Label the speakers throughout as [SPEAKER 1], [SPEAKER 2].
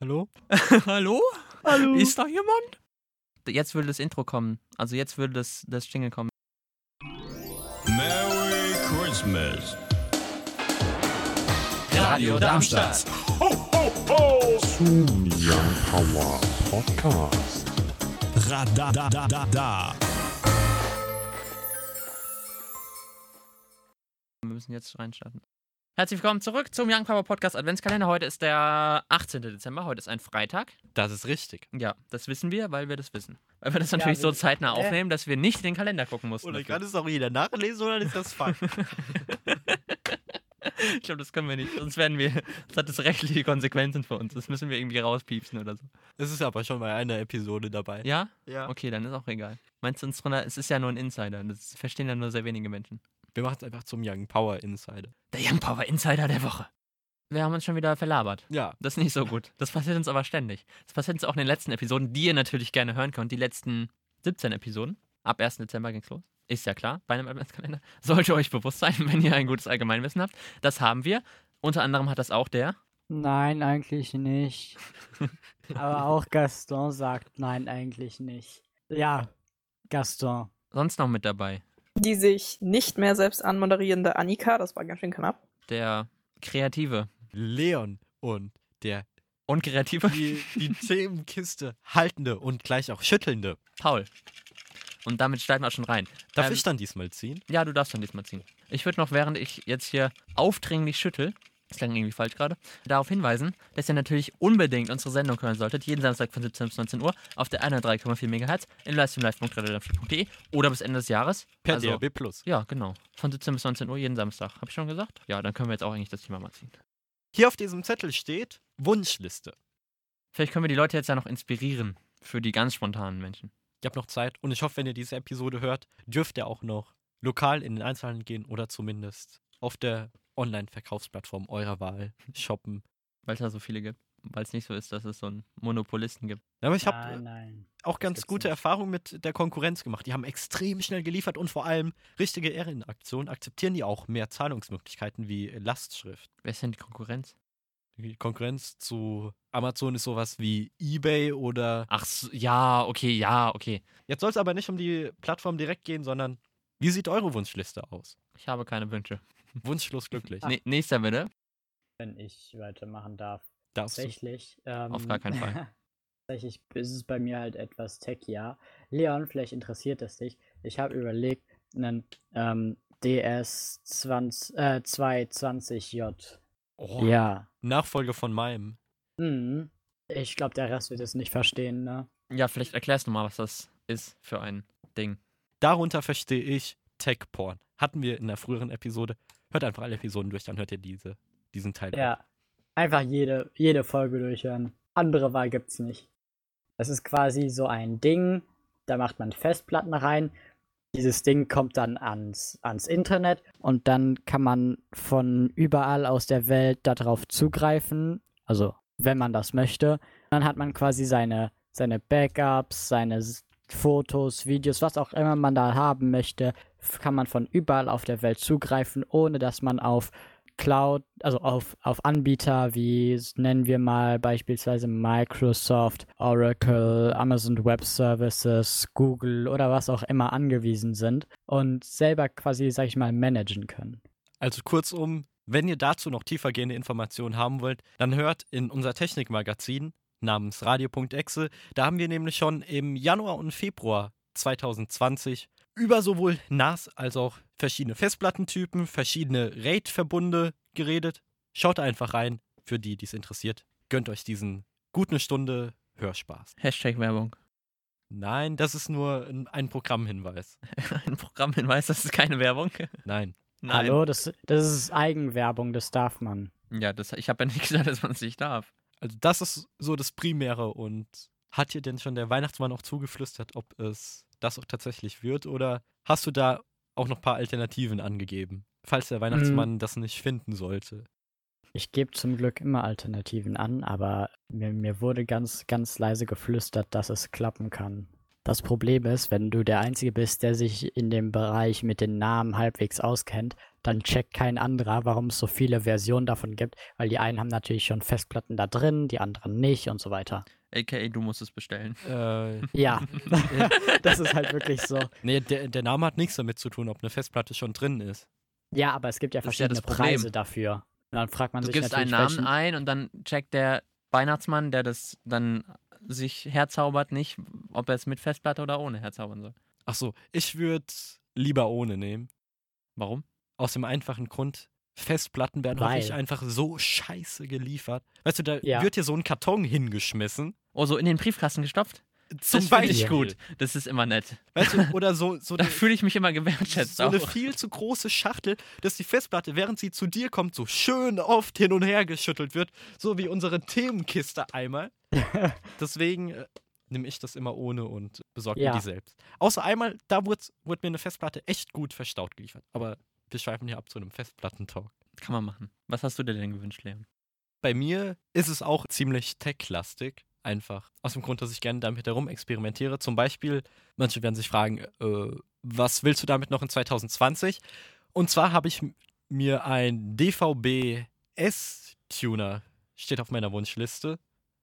[SPEAKER 1] Hallo?
[SPEAKER 2] Hallo?
[SPEAKER 1] Hallo?
[SPEAKER 2] Ist da jemand? Jetzt würde das Intro kommen. Also jetzt würde das, das Jingle kommen.
[SPEAKER 3] Merry Christmas.
[SPEAKER 4] Radio Darmstadt.
[SPEAKER 3] Radadadada.
[SPEAKER 2] Wir müssen jetzt reinstarten. Herzlich willkommen zurück zum Young Power Podcast Adventskalender. Heute ist der 18. Dezember. Heute ist ein Freitag.
[SPEAKER 1] Das ist richtig.
[SPEAKER 2] Ja, das wissen wir, weil wir das wissen. Weil wir das natürlich so
[SPEAKER 5] wir-
[SPEAKER 2] zeitnah
[SPEAKER 5] Äh.
[SPEAKER 2] aufnehmen, dass wir nicht in den Kalender gucken mussten.
[SPEAKER 1] Oder
[SPEAKER 2] dafür.
[SPEAKER 1] kann es auch jeder nachlesen oder ist das Fakt?
[SPEAKER 2] Ich glaube, das können wir nicht. Sonst werden wir. Das hat das rechtliche Konsequenzen für uns. Das müssen wir irgendwie rauspiepsen oder so.
[SPEAKER 1] es ist aber schon mal eine Episode dabei.
[SPEAKER 2] Ja?
[SPEAKER 1] Ja.
[SPEAKER 2] Okay, dann ist auch egal. Meinst du uns drunter, es ist ja nur ein Insider. Das verstehen dann nur sehr wenige Menschen.
[SPEAKER 1] Wir machen es einfach zum Young Power Insider.
[SPEAKER 2] Der Young Power Insider der Woche. Wir haben uns schon wieder verlabert.
[SPEAKER 1] Ja.
[SPEAKER 2] Das ist nicht so gut. Das passiert uns aber ständig. Das passiert uns auch in den letzten Episoden, die ihr natürlich gerne hören könnt. Die letzten 17 Episoden. Ab 1. Dezember ging's los. Ist ja klar, bei einem Adventskalender. Sollte euch bewusst sein, wenn ihr ein gutes Allgemeinwissen habt. Das haben wir. Unter anderem hat das auch der.
[SPEAKER 5] Nein, eigentlich nicht. Aber auch Gaston sagt nein, eigentlich nicht. Ja, Gaston.
[SPEAKER 2] Sonst noch mit dabei.
[SPEAKER 6] Die sich nicht mehr selbst anmoderierende Annika, das war ganz schön knapp.
[SPEAKER 2] Der Kreative.
[SPEAKER 1] Leon und der
[SPEAKER 2] Und Kreative?
[SPEAKER 1] die, die Themenkiste haltende und gleich auch schüttelnde.
[SPEAKER 2] Paul. Und damit steigen wir schon rein.
[SPEAKER 1] Darf
[SPEAKER 2] Ähm,
[SPEAKER 1] ich dann diesmal ziehen?
[SPEAKER 2] Ja, du darfst dann diesmal ziehen. Ich würde noch, während ich jetzt hier aufdringlich schüttel, das klang irgendwie falsch gerade, darauf hinweisen, dass ihr natürlich unbedingt unsere Sendung hören solltet, jeden Samstag von 17 bis 19 Uhr auf der 103,4 MHz in livestream.live.de E oder bis Ende des Jahres.
[SPEAKER 1] Per
[SPEAKER 2] Also-
[SPEAKER 1] DRB Plus.
[SPEAKER 2] Ja, genau. Von 17 bis 19 Uhr jeden Samstag. Hab ich schon gesagt? Ja, dann können wir jetzt auch eigentlich das Thema mal ziehen.
[SPEAKER 1] Hier auf diesem Zettel steht Wunschliste.
[SPEAKER 2] Vielleicht können wir die Leute jetzt ja noch inspirieren für die ganz spontanen Menschen.
[SPEAKER 1] Ich habe noch Zeit und ich hoffe, wenn ihr diese Episode hört, dürft ihr auch noch lokal in den Einzelhandel gehen oder zumindest auf der Online-Verkaufsplattform eurer Wahl shoppen.
[SPEAKER 2] Weil es da so viele gibt. Weil es nicht so ist, dass es so einen Monopolisten gibt.
[SPEAKER 1] Ja, Aber ich
[SPEAKER 5] nein,
[SPEAKER 1] habe
[SPEAKER 5] nein.
[SPEAKER 1] auch ganz
[SPEAKER 5] gibt's
[SPEAKER 1] gute
[SPEAKER 5] nicht.
[SPEAKER 1] Erfahrungen mit der Konkurrenz gemacht. Die haben extrem schnell geliefert und vor allem richtige Ehrenaktionen akzeptieren die auch mehr Zahlungsmöglichkeiten wie Lastschrift.
[SPEAKER 2] Wer ist denn die Konkurrenz?
[SPEAKER 1] Die Konkurrenz zu Amazon ist sowas wie eBay oder.
[SPEAKER 2] Ach, so, ja, okay, ja, okay.
[SPEAKER 1] Jetzt soll es aber nicht um die Plattform direkt gehen, sondern wie sieht eure Wunschliste aus?
[SPEAKER 2] Ich habe keine Wünsche.
[SPEAKER 1] Wunschlos glücklich.
[SPEAKER 2] Nä- nächster bitte.
[SPEAKER 5] Wenn ich weitermachen darf.
[SPEAKER 1] Darfst du?
[SPEAKER 5] Tatsächlich. Ähm,
[SPEAKER 2] Auf gar keinen Fall.
[SPEAKER 5] tatsächlich ist es bei mir halt etwas techier. Leon, vielleicht interessiert es dich. Ich habe überlegt, einen ähm, DS 20, äh, 220J.
[SPEAKER 1] Oh,
[SPEAKER 5] Ja.
[SPEAKER 1] Nachfolge von meinem.
[SPEAKER 5] Mhm. Ich glaube, der Rest wird es nicht verstehen, ne?
[SPEAKER 2] Ja, vielleicht erklärst du mal, was das ist für ein Ding.
[SPEAKER 1] Darunter verstehe ich Tech-Porn. Hatten wir in der früheren Episode. Hört einfach alle Episoden durch, dann hört ihr diese, diesen Teil. auch.
[SPEAKER 5] Ja. Einfach jede, jede Folge durchhören. Andere Wahl gibt's nicht. Das ist quasi so ein Ding, da macht man Festplatten rein. Dieses Ding kommt dann ans, ans Internet und dann kann man von überall aus der Welt darauf zugreifen. Also, wenn man das möchte. Dann hat man quasi seine, seine Backups, seine S- Fotos, Videos, was auch immer man da haben möchte, f- kann man von überall auf der Welt zugreifen, ohne dass man auf Cloud, also auf, auf Anbieter wie s- nennen wir mal beispielsweise Microsoft, Oracle, Amazon Web Services, Google oder was auch immer angewiesen sind und selber quasi, sag ich mal, managen können.
[SPEAKER 1] Also kurzum, wenn ihr dazu noch tiefergehende Informationen haben wollt, dann hört in unser Technikmagazin namens Radio.exe. Da haben wir nämlich schon im Januar und Februar 2020 über sowohl NAS als auch verschiedene Festplattentypen, verschiedene RAID-Verbunde geredet. Schaut einfach rein, für die, die es interessiert. Gönnt euch diesen guten Stunde Hörspaß.
[SPEAKER 2] Hashtag Werbung.
[SPEAKER 1] Nein, das ist nur ein- ein Programmhinweis.
[SPEAKER 2] Ein Programmhinweis, das ist keine Werbung.
[SPEAKER 1] Nein.
[SPEAKER 2] Nein.
[SPEAKER 5] Hallo, das, das ist Eigenwerbung, das darf man.
[SPEAKER 2] Ja, das, ich habe ja nicht gesagt, dass man es nicht darf.
[SPEAKER 1] Also das ist so das Primäre und hat dir denn schon der Weihnachtsmann auch zugeflüstert, ob es das auch tatsächlich wird oder hast du da auch noch ein paar Alternativen angegeben, falls der Weihnachtsmann
[SPEAKER 2] Mm.
[SPEAKER 1] das nicht finden sollte?
[SPEAKER 5] Ich gebe zum Glück immer Alternativen an, aber mir, mir wurde ganz, ganz leise geflüstert, dass es klappen kann. Das Problem ist, wenn du der Einzige bist, der sich in dem Bereich mit den Namen halbwegs auskennt, dann checkt kein anderer, warum es so viele Versionen davon gibt, weil die einen haben natürlich schon Festplatten da drin, die anderen nicht und so weiter.
[SPEAKER 2] AKA, du musst es bestellen.
[SPEAKER 1] Äh,
[SPEAKER 5] Ja, das ist halt wirklich so.
[SPEAKER 1] nee, der, der Name hat nichts damit zu tun, ob eine Festplatte schon drin ist.
[SPEAKER 5] Ja, aber es gibt ja
[SPEAKER 2] Das ist ja
[SPEAKER 5] verschiedene
[SPEAKER 2] das Problem.
[SPEAKER 5] Preise dafür. Und dann fragt man
[SPEAKER 2] Du
[SPEAKER 5] sich
[SPEAKER 2] gibst einen
[SPEAKER 5] natürlich,
[SPEAKER 2] Namen ein
[SPEAKER 5] welchen-
[SPEAKER 2] und dann checkt der Weihnachtsmann, der das dann sich herzaubert, nicht, ob er es mit Festplatte oder ohne herzaubern soll.
[SPEAKER 1] Ach so, ich würde lieber ohne nehmen.
[SPEAKER 2] Warum?
[SPEAKER 1] Aus dem einfachen Grund, Festplatten werden
[SPEAKER 5] Weil.
[SPEAKER 1] häufig einfach so scheiße geliefert. Weißt du, da
[SPEAKER 5] Ja.
[SPEAKER 1] wird dir so ein Karton hingeschmissen.
[SPEAKER 2] Oh, so in den Briefkasten gestopft?
[SPEAKER 1] Zum
[SPEAKER 2] das finde ich
[SPEAKER 1] Beispiel.
[SPEAKER 2] gut. Das ist immer nett.
[SPEAKER 1] Weißt du, oder so, so
[SPEAKER 2] Da
[SPEAKER 1] eine
[SPEAKER 2] fühle ich mich immer gewertschätzt
[SPEAKER 1] so eine
[SPEAKER 2] auch.
[SPEAKER 1] viel zu große Schachtel, dass die Festplatte, während sie zu dir kommt, so schön oft hin und her geschüttelt wird, so wie unsere Themenkiste einmal. Deswegen äh, nehme ich das immer ohne und besorge
[SPEAKER 5] Ja.
[SPEAKER 1] mir die selbst. Außer einmal, da wurde, wurde mir eine Festplatte echt gut verstaut geliefert. Aber wir schweifen hier ab zu einem Festplattentalk.
[SPEAKER 2] Kann man machen. Was hast du dir denn gewünscht, Leon?
[SPEAKER 1] Bei mir ist es auch ziemlich tech-lastig. Einfach. Aus dem Grund, dass ich gerne damit herum experimentiere. Zum Beispiel, manche werden sich fragen, äh, was willst du damit noch in 2020? Und zwar habe ich m- mir ein DVB-S-Tuner, steht auf meiner Wunschliste.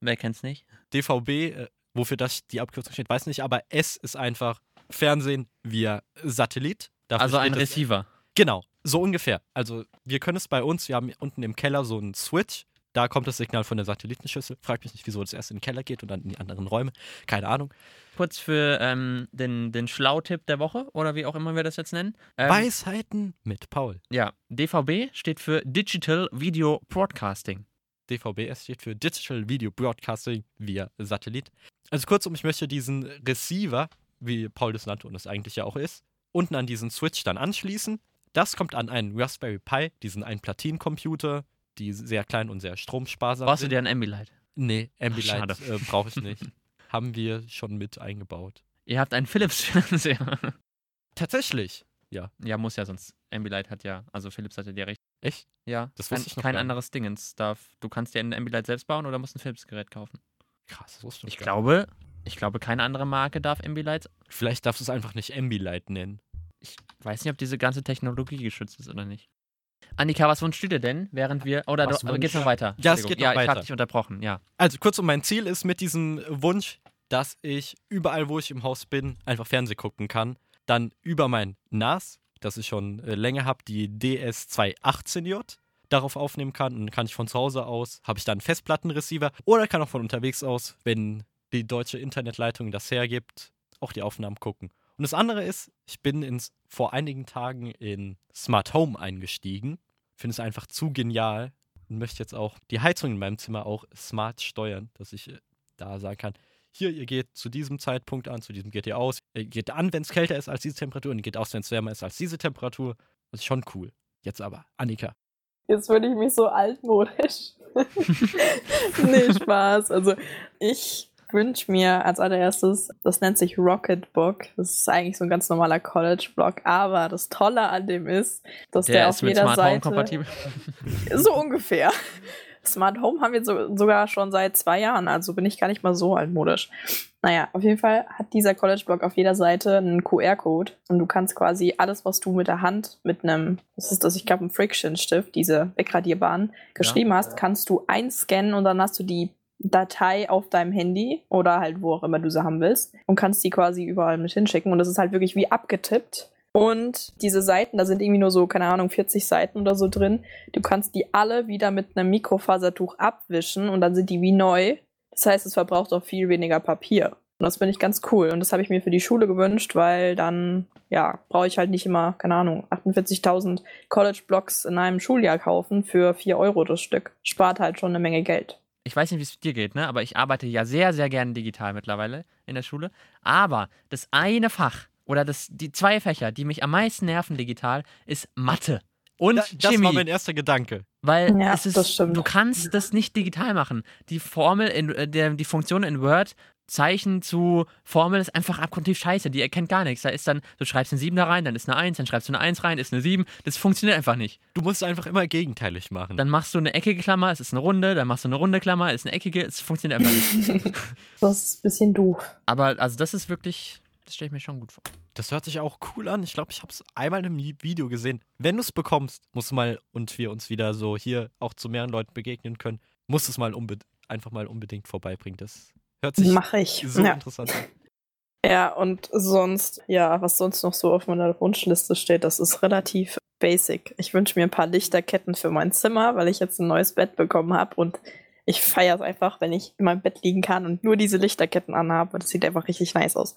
[SPEAKER 2] Wer kennt's nicht?
[SPEAKER 1] DVB, äh, wofür das die Abkürzung steht, weiß nicht, aber S ist einfach Fernsehen via Satellit. Dafür
[SPEAKER 2] also ein
[SPEAKER 1] steht das-
[SPEAKER 2] Receiver.
[SPEAKER 1] Genau, so ungefähr. Also wir können es bei uns, wir haben unten im Keller so einen Switch, da kommt das Signal von der Satellitenschüssel. Fragt mich nicht, wieso das erst in den Keller geht und dann in die anderen Räume. Keine Ahnung.
[SPEAKER 2] Kurz für ähm, den, den Schlautipp der Woche oder wie auch immer wir das jetzt nennen. Ähm,
[SPEAKER 1] Weisheiten mit Paul.
[SPEAKER 2] Ja, DVB steht für Digital Video Broadcasting.
[SPEAKER 1] DVBS steht für Digital Video Broadcasting via Satellit. Also kurzum, ich möchte diesen Receiver, wie Paul das nannte und es eigentlich ja auch ist, unten an diesen Switch dann anschließen. Das kommt an einen Raspberry Pi, diesen einen Platinencomputer, die sehr klein und sehr stromsparsam
[SPEAKER 2] Brauchst du
[SPEAKER 1] sind.
[SPEAKER 2] dir ein Ambilight?
[SPEAKER 1] Nee,
[SPEAKER 2] schade.
[SPEAKER 1] Ambilight äh, brauche ich nicht. Haben wir schon mit eingebaut.
[SPEAKER 2] Ihr habt einen Philips-Fernseher.
[SPEAKER 1] Tatsächlich.
[SPEAKER 2] ja, muss ja sonst. Ambilight hat ja, also Philips hatte dir recht.
[SPEAKER 1] Echt?
[SPEAKER 2] Ja,
[SPEAKER 1] Das
[SPEAKER 2] kein,
[SPEAKER 1] wusste ich noch
[SPEAKER 2] kein
[SPEAKER 1] gar nicht.
[SPEAKER 2] anderes Dingens darf. Du kannst dir ein Ambilight selbst bauen oder musst ein Philips-Gerät kaufen.
[SPEAKER 1] Krass, das wusste
[SPEAKER 2] Ich
[SPEAKER 1] gar
[SPEAKER 2] glaube, ich glaube, keine andere Marke darf Ambilights.
[SPEAKER 1] nicht. Vielleicht darfst du es einfach nicht Ambilight nennen.
[SPEAKER 2] Ich weiß nicht, ob diese ganze Technologie geschützt ist oder nicht. Annika, was wünschst du dir denn, während wir. Oder
[SPEAKER 5] Was
[SPEAKER 2] du, aber geht's
[SPEAKER 5] wünsch-
[SPEAKER 2] noch weiter?
[SPEAKER 1] Ja, es
[SPEAKER 2] Entschuldigung.
[SPEAKER 1] geht noch
[SPEAKER 2] ja, ich
[SPEAKER 1] weiter.
[SPEAKER 2] hab dich unterbrochen, ja.
[SPEAKER 1] Also kurzum, mein Ziel ist mit diesem Wunsch, dass ich überall, wo ich im Haus bin, einfach Fernseh gucken kann. Dann über mein NAS, das ich schon äh, länger habe, die DS218J, darauf aufnehmen kann. Und dann kann ich von zu Hause aus, habe ich dann einen Festplattenreceiver oder kann auch von unterwegs aus, wenn die deutsche Internetleitung das hergibt, auch die Aufnahmen gucken. Und das andere ist, ich bin ins, vor einigen Tagen in Smart Home eingestiegen. Finde es einfach zu genial und möchte jetzt auch die Heizung in meinem Zimmer auch smart steuern, dass ich äh, da sagen kann, hier, ihr geht zu diesem Zeitpunkt an, zu diesem geht ihr aus, ihr geht an, wenn es kälter ist als diese Temperatur und ihr geht aus, wenn es wärmer ist als diese Temperatur. Das ist schon cool. Jetzt aber, Annika.
[SPEAKER 6] Jetzt würde ich mich so altmodisch. nee, Spaß. Also ich wünsche mir als allererstes, das nennt sich Rocketbook. Das ist eigentlich so ein ganz normaler College-Blog, aber das Tolle an dem ist, dass der,
[SPEAKER 2] Der
[SPEAKER 6] auf
[SPEAKER 2] ist mit
[SPEAKER 6] jeder
[SPEAKER 2] Smart Home
[SPEAKER 6] Seite
[SPEAKER 2] kompatibel.
[SPEAKER 6] so ungefähr. Smart Home haben wir so, sogar schon seit zwei Jahren, also bin ich gar nicht mal so altmodisch. Naja, auf jeden Fall hat dieser College-Blog auf jeder Seite einen QR-Code und du kannst quasi alles, was du mit der Hand, mit einem, was ist das, ich glaube, ein Friction-Stift, diese wegradierbaren, geschrieben hast, kannst du einscannen und dann hast du die Datei auf deinem Handy oder halt wo auch immer du sie haben willst und kannst die quasi überall mit hinschicken und das ist halt wirklich wie abgetippt. Und diese Seiten, da sind irgendwie nur so, keine Ahnung, 40 Seiten oder so drin. Du kannst die alle wieder mit einem Mikrofasertuch abwischen und dann sind die wie neu. Das heißt, es verbraucht auch viel weniger Papier. Und das finde ich ganz cool. Und das habe ich mir für die Schule gewünscht, weil dann, ja, brauche ich halt nicht immer, keine Ahnung, 48.000 College-Blocks in einem Schuljahr kaufen für 4 Euro das Stück. Spart halt schon eine Menge Geld.
[SPEAKER 2] ich weiß nicht, wie es dir geht, ne? aber ich arbeite ja sehr, sehr gerne digital mittlerweile in der Schule. Aber das eine Fach oder das, die zwei Fächer, die mich am meisten nerven digital, ist Mathe und
[SPEAKER 1] Da, das
[SPEAKER 2] Chemie.
[SPEAKER 1] war mein erster Gedanke.
[SPEAKER 2] Weil
[SPEAKER 6] Ja,
[SPEAKER 2] es ist,
[SPEAKER 6] das stimmt.
[SPEAKER 2] du kannst das nicht digital machen. Die Formel, in, äh, der, die Funktion in Word, Zeichen zu Formel ist einfach abgrundtief scheiße. Die erkennt gar nichts. Da ist dann, du schreibst eine 7 da rein, dann ist eine 1, dann schreibst du eine 1 rein, ist eine 7. Das funktioniert einfach nicht.
[SPEAKER 1] Du musst einfach immer gegenteilig machen.
[SPEAKER 2] Dann machst du eine eckige Klammer, es ist eine runde, dann machst du eine runde Klammer, es ist eine eckige, es funktioniert einfach nicht.
[SPEAKER 6] Das ist ein bisschen doof.
[SPEAKER 2] Aber also das ist wirklich, das stelle ich mir schon gut vor.
[SPEAKER 1] Das hört sich auch cool an. Ich glaube, ich habe es einmal im Video gesehen. Wenn du es bekommst, muss mal und wir uns wieder so hier auch zu mehreren Leuten begegnen können, muss es mal unbe- einfach mal unbedingt vorbeibringen. Das hört sich
[SPEAKER 6] Mache ich.
[SPEAKER 1] so
[SPEAKER 6] ja.
[SPEAKER 1] interessant an.
[SPEAKER 6] ja, und sonst, ja, was sonst noch so auf meiner Wunschliste steht, das ist relativ basic. Ich wünsche mir ein paar Lichterketten für mein Zimmer, weil ich jetzt ein neues Bett bekommen habe und ich feiere es einfach, wenn ich in meinem Bett liegen kann und nur diese Lichterketten anhabe. Das sieht einfach richtig nice aus.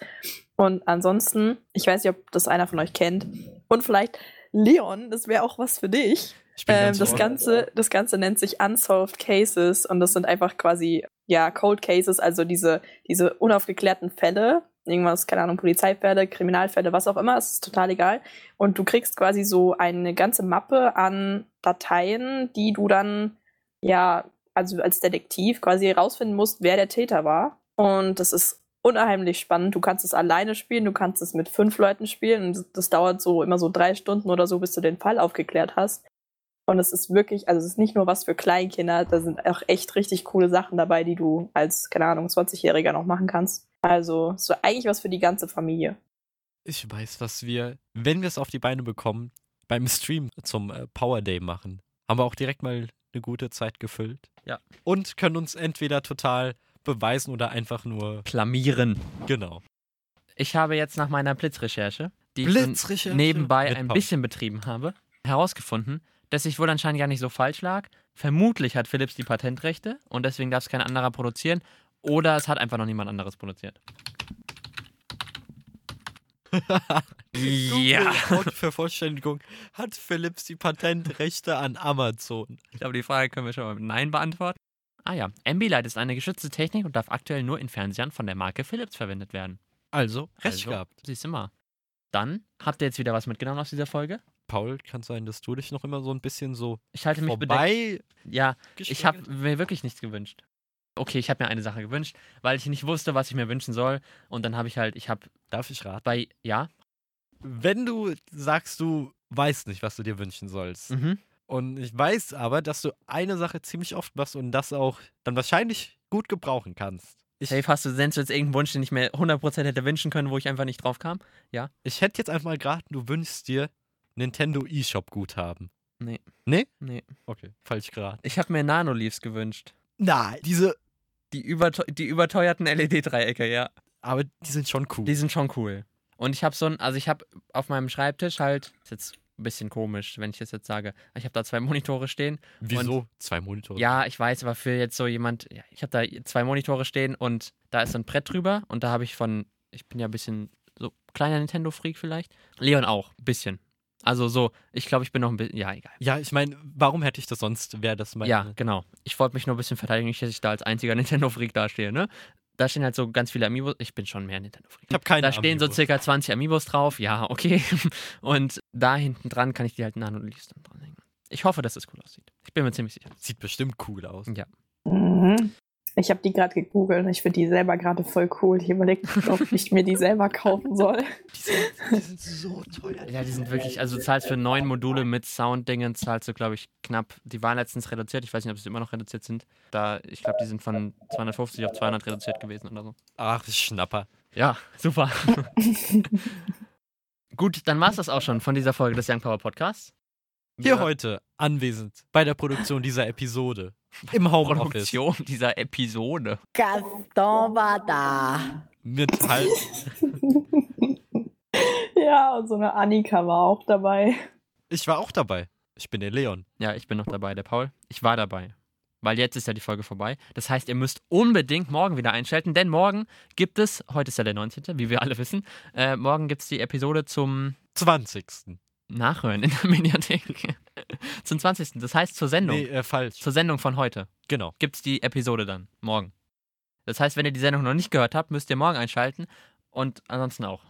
[SPEAKER 6] Und ansonsten, ich weiß nicht, ob das einer von euch kennt. Und vielleicht, Leon, das wäre auch was für dich.
[SPEAKER 1] Ich bin
[SPEAKER 6] Ähm,
[SPEAKER 1] ganz
[SPEAKER 6] das,
[SPEAKER 1] ohr.
[SPEAKER 6] Ganze, das Ganze nennt sich Unsolved Cases und das sind einfach quasi, ja, Cold Cases, also diese, diese unaufgeklärten Fälle, irgendwas, keine Ahnung, Polizeifälle, Kriminalfälle, was auch immer, es ist total egal. Und du kriegst quasi so eine ganze Mappe an Dateien, die du dann, ja, also als Detektiv quasi herausfinden musst, wer der Täter war. Und das ist unheimlich spannend. Du kannst es alleine spielen, du kannst es mit fünf Leuten spielen und das dauert so immer so drei Stunden oder so, bis du den Fall aufgeklärt hast. Und es ist wirklich, also es ist nicht nur was für Kleinkinder, da sind auch echt richtig coole Sachen dabei, die du als, keine Ahnung, 20-Jähriger noch machen kannst. Also so eigentlich was für die ganze Familie.
[SPEAKER 1] Ich weiß, was wir, wenn wir es auf die Beine bekommen, beim Stream zum äh, Power Day machen. Haben wir auch direkt mal eine gute Zeit gefüllt.
[SPEAKER 2] Ja.
[SPEAKER 1] Und können uns entweder total beweisen oder einfach nur,
[SPEAKER 2] Klamieren.
[SPEAKER 1] genau.
[SPEAKER 2] Ich habe jetzt nach meiner Blitzrecherche, die ich
[SPEAKER 1] Blitzrecherche
[SPEAKER 2] schon nebenbei
[SPEAKER 1] mit
[SPEAKER 2] ein
[SPEAKER 1] Pau.
[SPEAKER 2] bisschen betrieben habe, herausgefunden, dass ich wohl anscheinend gar nicht so falsch lag. Vermutlich hat Philips die Patentrechte und deswegen darf es kein anderer produzieren. Oder es hat einfach noch niemand anderes produziert. ja.
[SPEAKER 1] Und Vervollständigung hat Philips die Patentrechte an Amazon.
[SPEAKER 2] Ich glaube, die Frage können wir schon mal mit Nein beantworten. Ah ja, Ambilight ist eine geschützte Technik und darf aktuell nur in Fernsehern von der Marke Philips verwendet werden.
[SPEAKER 1] Also, recht
[SPEAKER 2] Also,
[SPEAKER 1] gehabt.
[SPEAKER 2] Siehst du mal. Dann habt ihr jetzt wieder was mitgenommen aus dieser Folge.
[SPEAKER 1] Paul, kann sein, dass du dich noch immer so ein bisschen so
[SPEAKER 2] Ich halte mich bedeckt.
[SPEAKER 1] vorbei
[SPEAKER 2] Ja, ich habe
[SPEAKER 1] geschlängelt-
[SPEAKER 2] mir wirklich nichts gewünscht. Okay, ich habe mir eine Sache gewünscht, weil ich nicht wusste, was ich mir wünschen soll. Und dann habe ich halt, ich habe
[SPEAKER 1] Darf ich raten?
[SPEAKER 2] bei, ja,
[SPEAKER 1] Wenn du sagst, du weißt nicht, was du dir wünschen sollst,
[SPEAKER 2] mhm.
[SPEAKER 1] Und ich weiß aber, dass du eine Sache ziemlich oft machst und das auch dann wahrscheinlich gut gebrauchen kannst. Ich,
[SPEAKER 2] safe hast du, nennst du jetzt irgendeinen Wunsch, den ich mir 100% hätte wünschen können, wo ich einfach nicht drauf kam?
[SPEAKER 1] ich hätte jetzt einfach mal geraten, du wünschst dir Nintendo eShop Guthaben.
[SPEAKER 2] Nee.
[SPEAKER 1] Nee?
[SPEAKER 2] Nee.
[SPEAKER 1] Okay, falsch geraten.
[SPEAKER 2] Ich habe mir Nanoleafs gewünscht.
[SPEAKER 1] Nein, diese,
[SPEAKER 2] Die, überteu die überteuerten LED-Dreiecke, ja.
[SPEAKER 1] aber die sind schon cool.
[SPEAKER 2] Die sind schon cool. Und ich habe so ein, also ich habe auf meinem Schreibtisch halt, ist jetzt ein bisschen komisch, wenn ich das jetzt sage, ich habe da zwei Monitore stehen.
[SPEAKER 1] Wieso? Zwei Monitore.
[SPEAKER 2] Ja, ich weiß, aber für jetzt so jemand, ja, ich habe da zwei Monitore stehen und da ist so ein Brett drüber und da habe ich von, ich bin ja ein bisschen so kleiner Nintendo-Freak vielleicht. Leon auch, ein bisschen. Also so, ich glaube, ich bin noch ein bisschen, ja, egal.
[SPEAKER 1] Ja, ich meine, warum hätte ich das sonst? Wäre das meine.
[SPEAKER 2] Ja, genau. Ich wollte mich nur ein bisschen verteidigen, nicht, dass ich da als einziger Nintendo-Freak dastehe, ne? Da stehen halt so ganz viele Amiibos. Ich bin schon mehr Nintendo-Freak.
[SPEAKER 1] Ich habe keine
[SPEAKER 2] Da stehen so
[SPEAKER 1] Amiibo.
[SPEAKER 2] circa 20 Amiibos drauf. Ja, okay. Und da hinten dran kann ich die halt Nano Leafs dann dranhängen. Ich hoffe, dass das cool aussieht. Ich bin mir ziemlich sicher.
[SPEAKER 1] Sieht bestimmt cool aus.
[SPEAKER 6] Mhm. Ich habe die gerade gegoogelt und ich finde die selber gerade voll cool. Ich überlege, ob ich mir die selber kaufen soll.
[SPEAKER 1] Die sind, die sind so teuer.
[SPEAKER 2] Ja, die
[SPEAKER 5] Äh,
[SPEAKER 2] sind wirklich, also du zahlst für neun Module mit Sounddingen, zahlst du, glaube ich, knapp. Die waren letztens reduziert. Ich weiß nicht, ob sie immer noch reduziert sind. Da, ich glaube, die sind von 250 auf 200 reduziert gewesen oder so.
[SPEAKER 1] Ach, Schnapper.
[SPEAKER 2] Ja, super. Gut, dann war es das auch schon von dieser Folge des Young Power Podcasts.
[SPEAKER 1] Hier
[SPEAKER 2] Wir-
[SPEAKER 1] heute anwesend bei der Produktion dieser Episode im Homeoffice.
[SPEAKER 2] Produktion dieser Episode.
[SPEAKER 4] Gaston war da.
[SPEAKER 1] Mit halt
[SPEAKER 6] ja, und so eine Annika war auch dabei.
[SPEAKER 1] Ich war auch dabei. Ich bin der Leon.
[SPEAKER 2] Ja, ich bin noch dabei, der Paul. Ich war dabei. Weil jetzt ist ja die Folge vorbei. Das heißt, ihr müsst unbedingt morgen wieder einschalten, denn morgen gibt es, heute ist ja der 19., wie wir alle wissen, äh, morgen gibt es die Episode zum
[SPEAKER 1] 20.
[SPEAKER 2] Nachhören in der Mediathek. zum 20. Das heißt zur Sendung.
[SPEAKER 1] Nee, äh, falsch.
[SPEAKER 2] Zur Sendung von heute
[SPEAKER 1] Genau.
[SPEAKER 2] gibt es die Episode dann, morgen. Das heißt, wenn ihr die Sendung noch nicht gehört habt, müsst ihr morgen einschalten und ansonsten auch.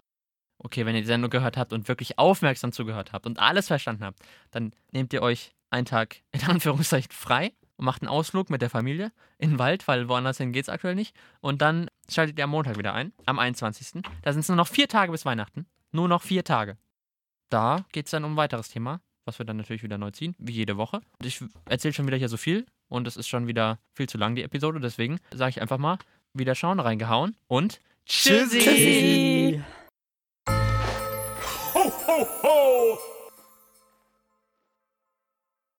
[SPEAKER 2] Okay, wenn ihr die Sendung gehört habt und wirklich aufmerksam zugehört habt und alles verstanden habt, dann nehmt ihr euch einen Tag in Anführungszeichen frei und macht einen Ausflug mit der Familie in den Wald, weil woanders hin geht's aktuell nicht. Und dann schaltet ihr am Montag wieder ein, am 21. Da sind es nur noch vier Tage bis Weihnachten. Nur noch vier Tage. Da geht's dann um ein weiteres Thema, was wir dann natürlich wieder neu ziehen, wie jede Woche. Und ich erzähle schon wieder hier so viel und es ist schon wieder viel zu lang, die Episode. Deswegen sage ich einfach mal, wieder schauen, reingehauen und
[SPEAKER 1] Tschüssi!
[SPEAKER 2] tschüssi.
[SPEAKER 3] ho, ho!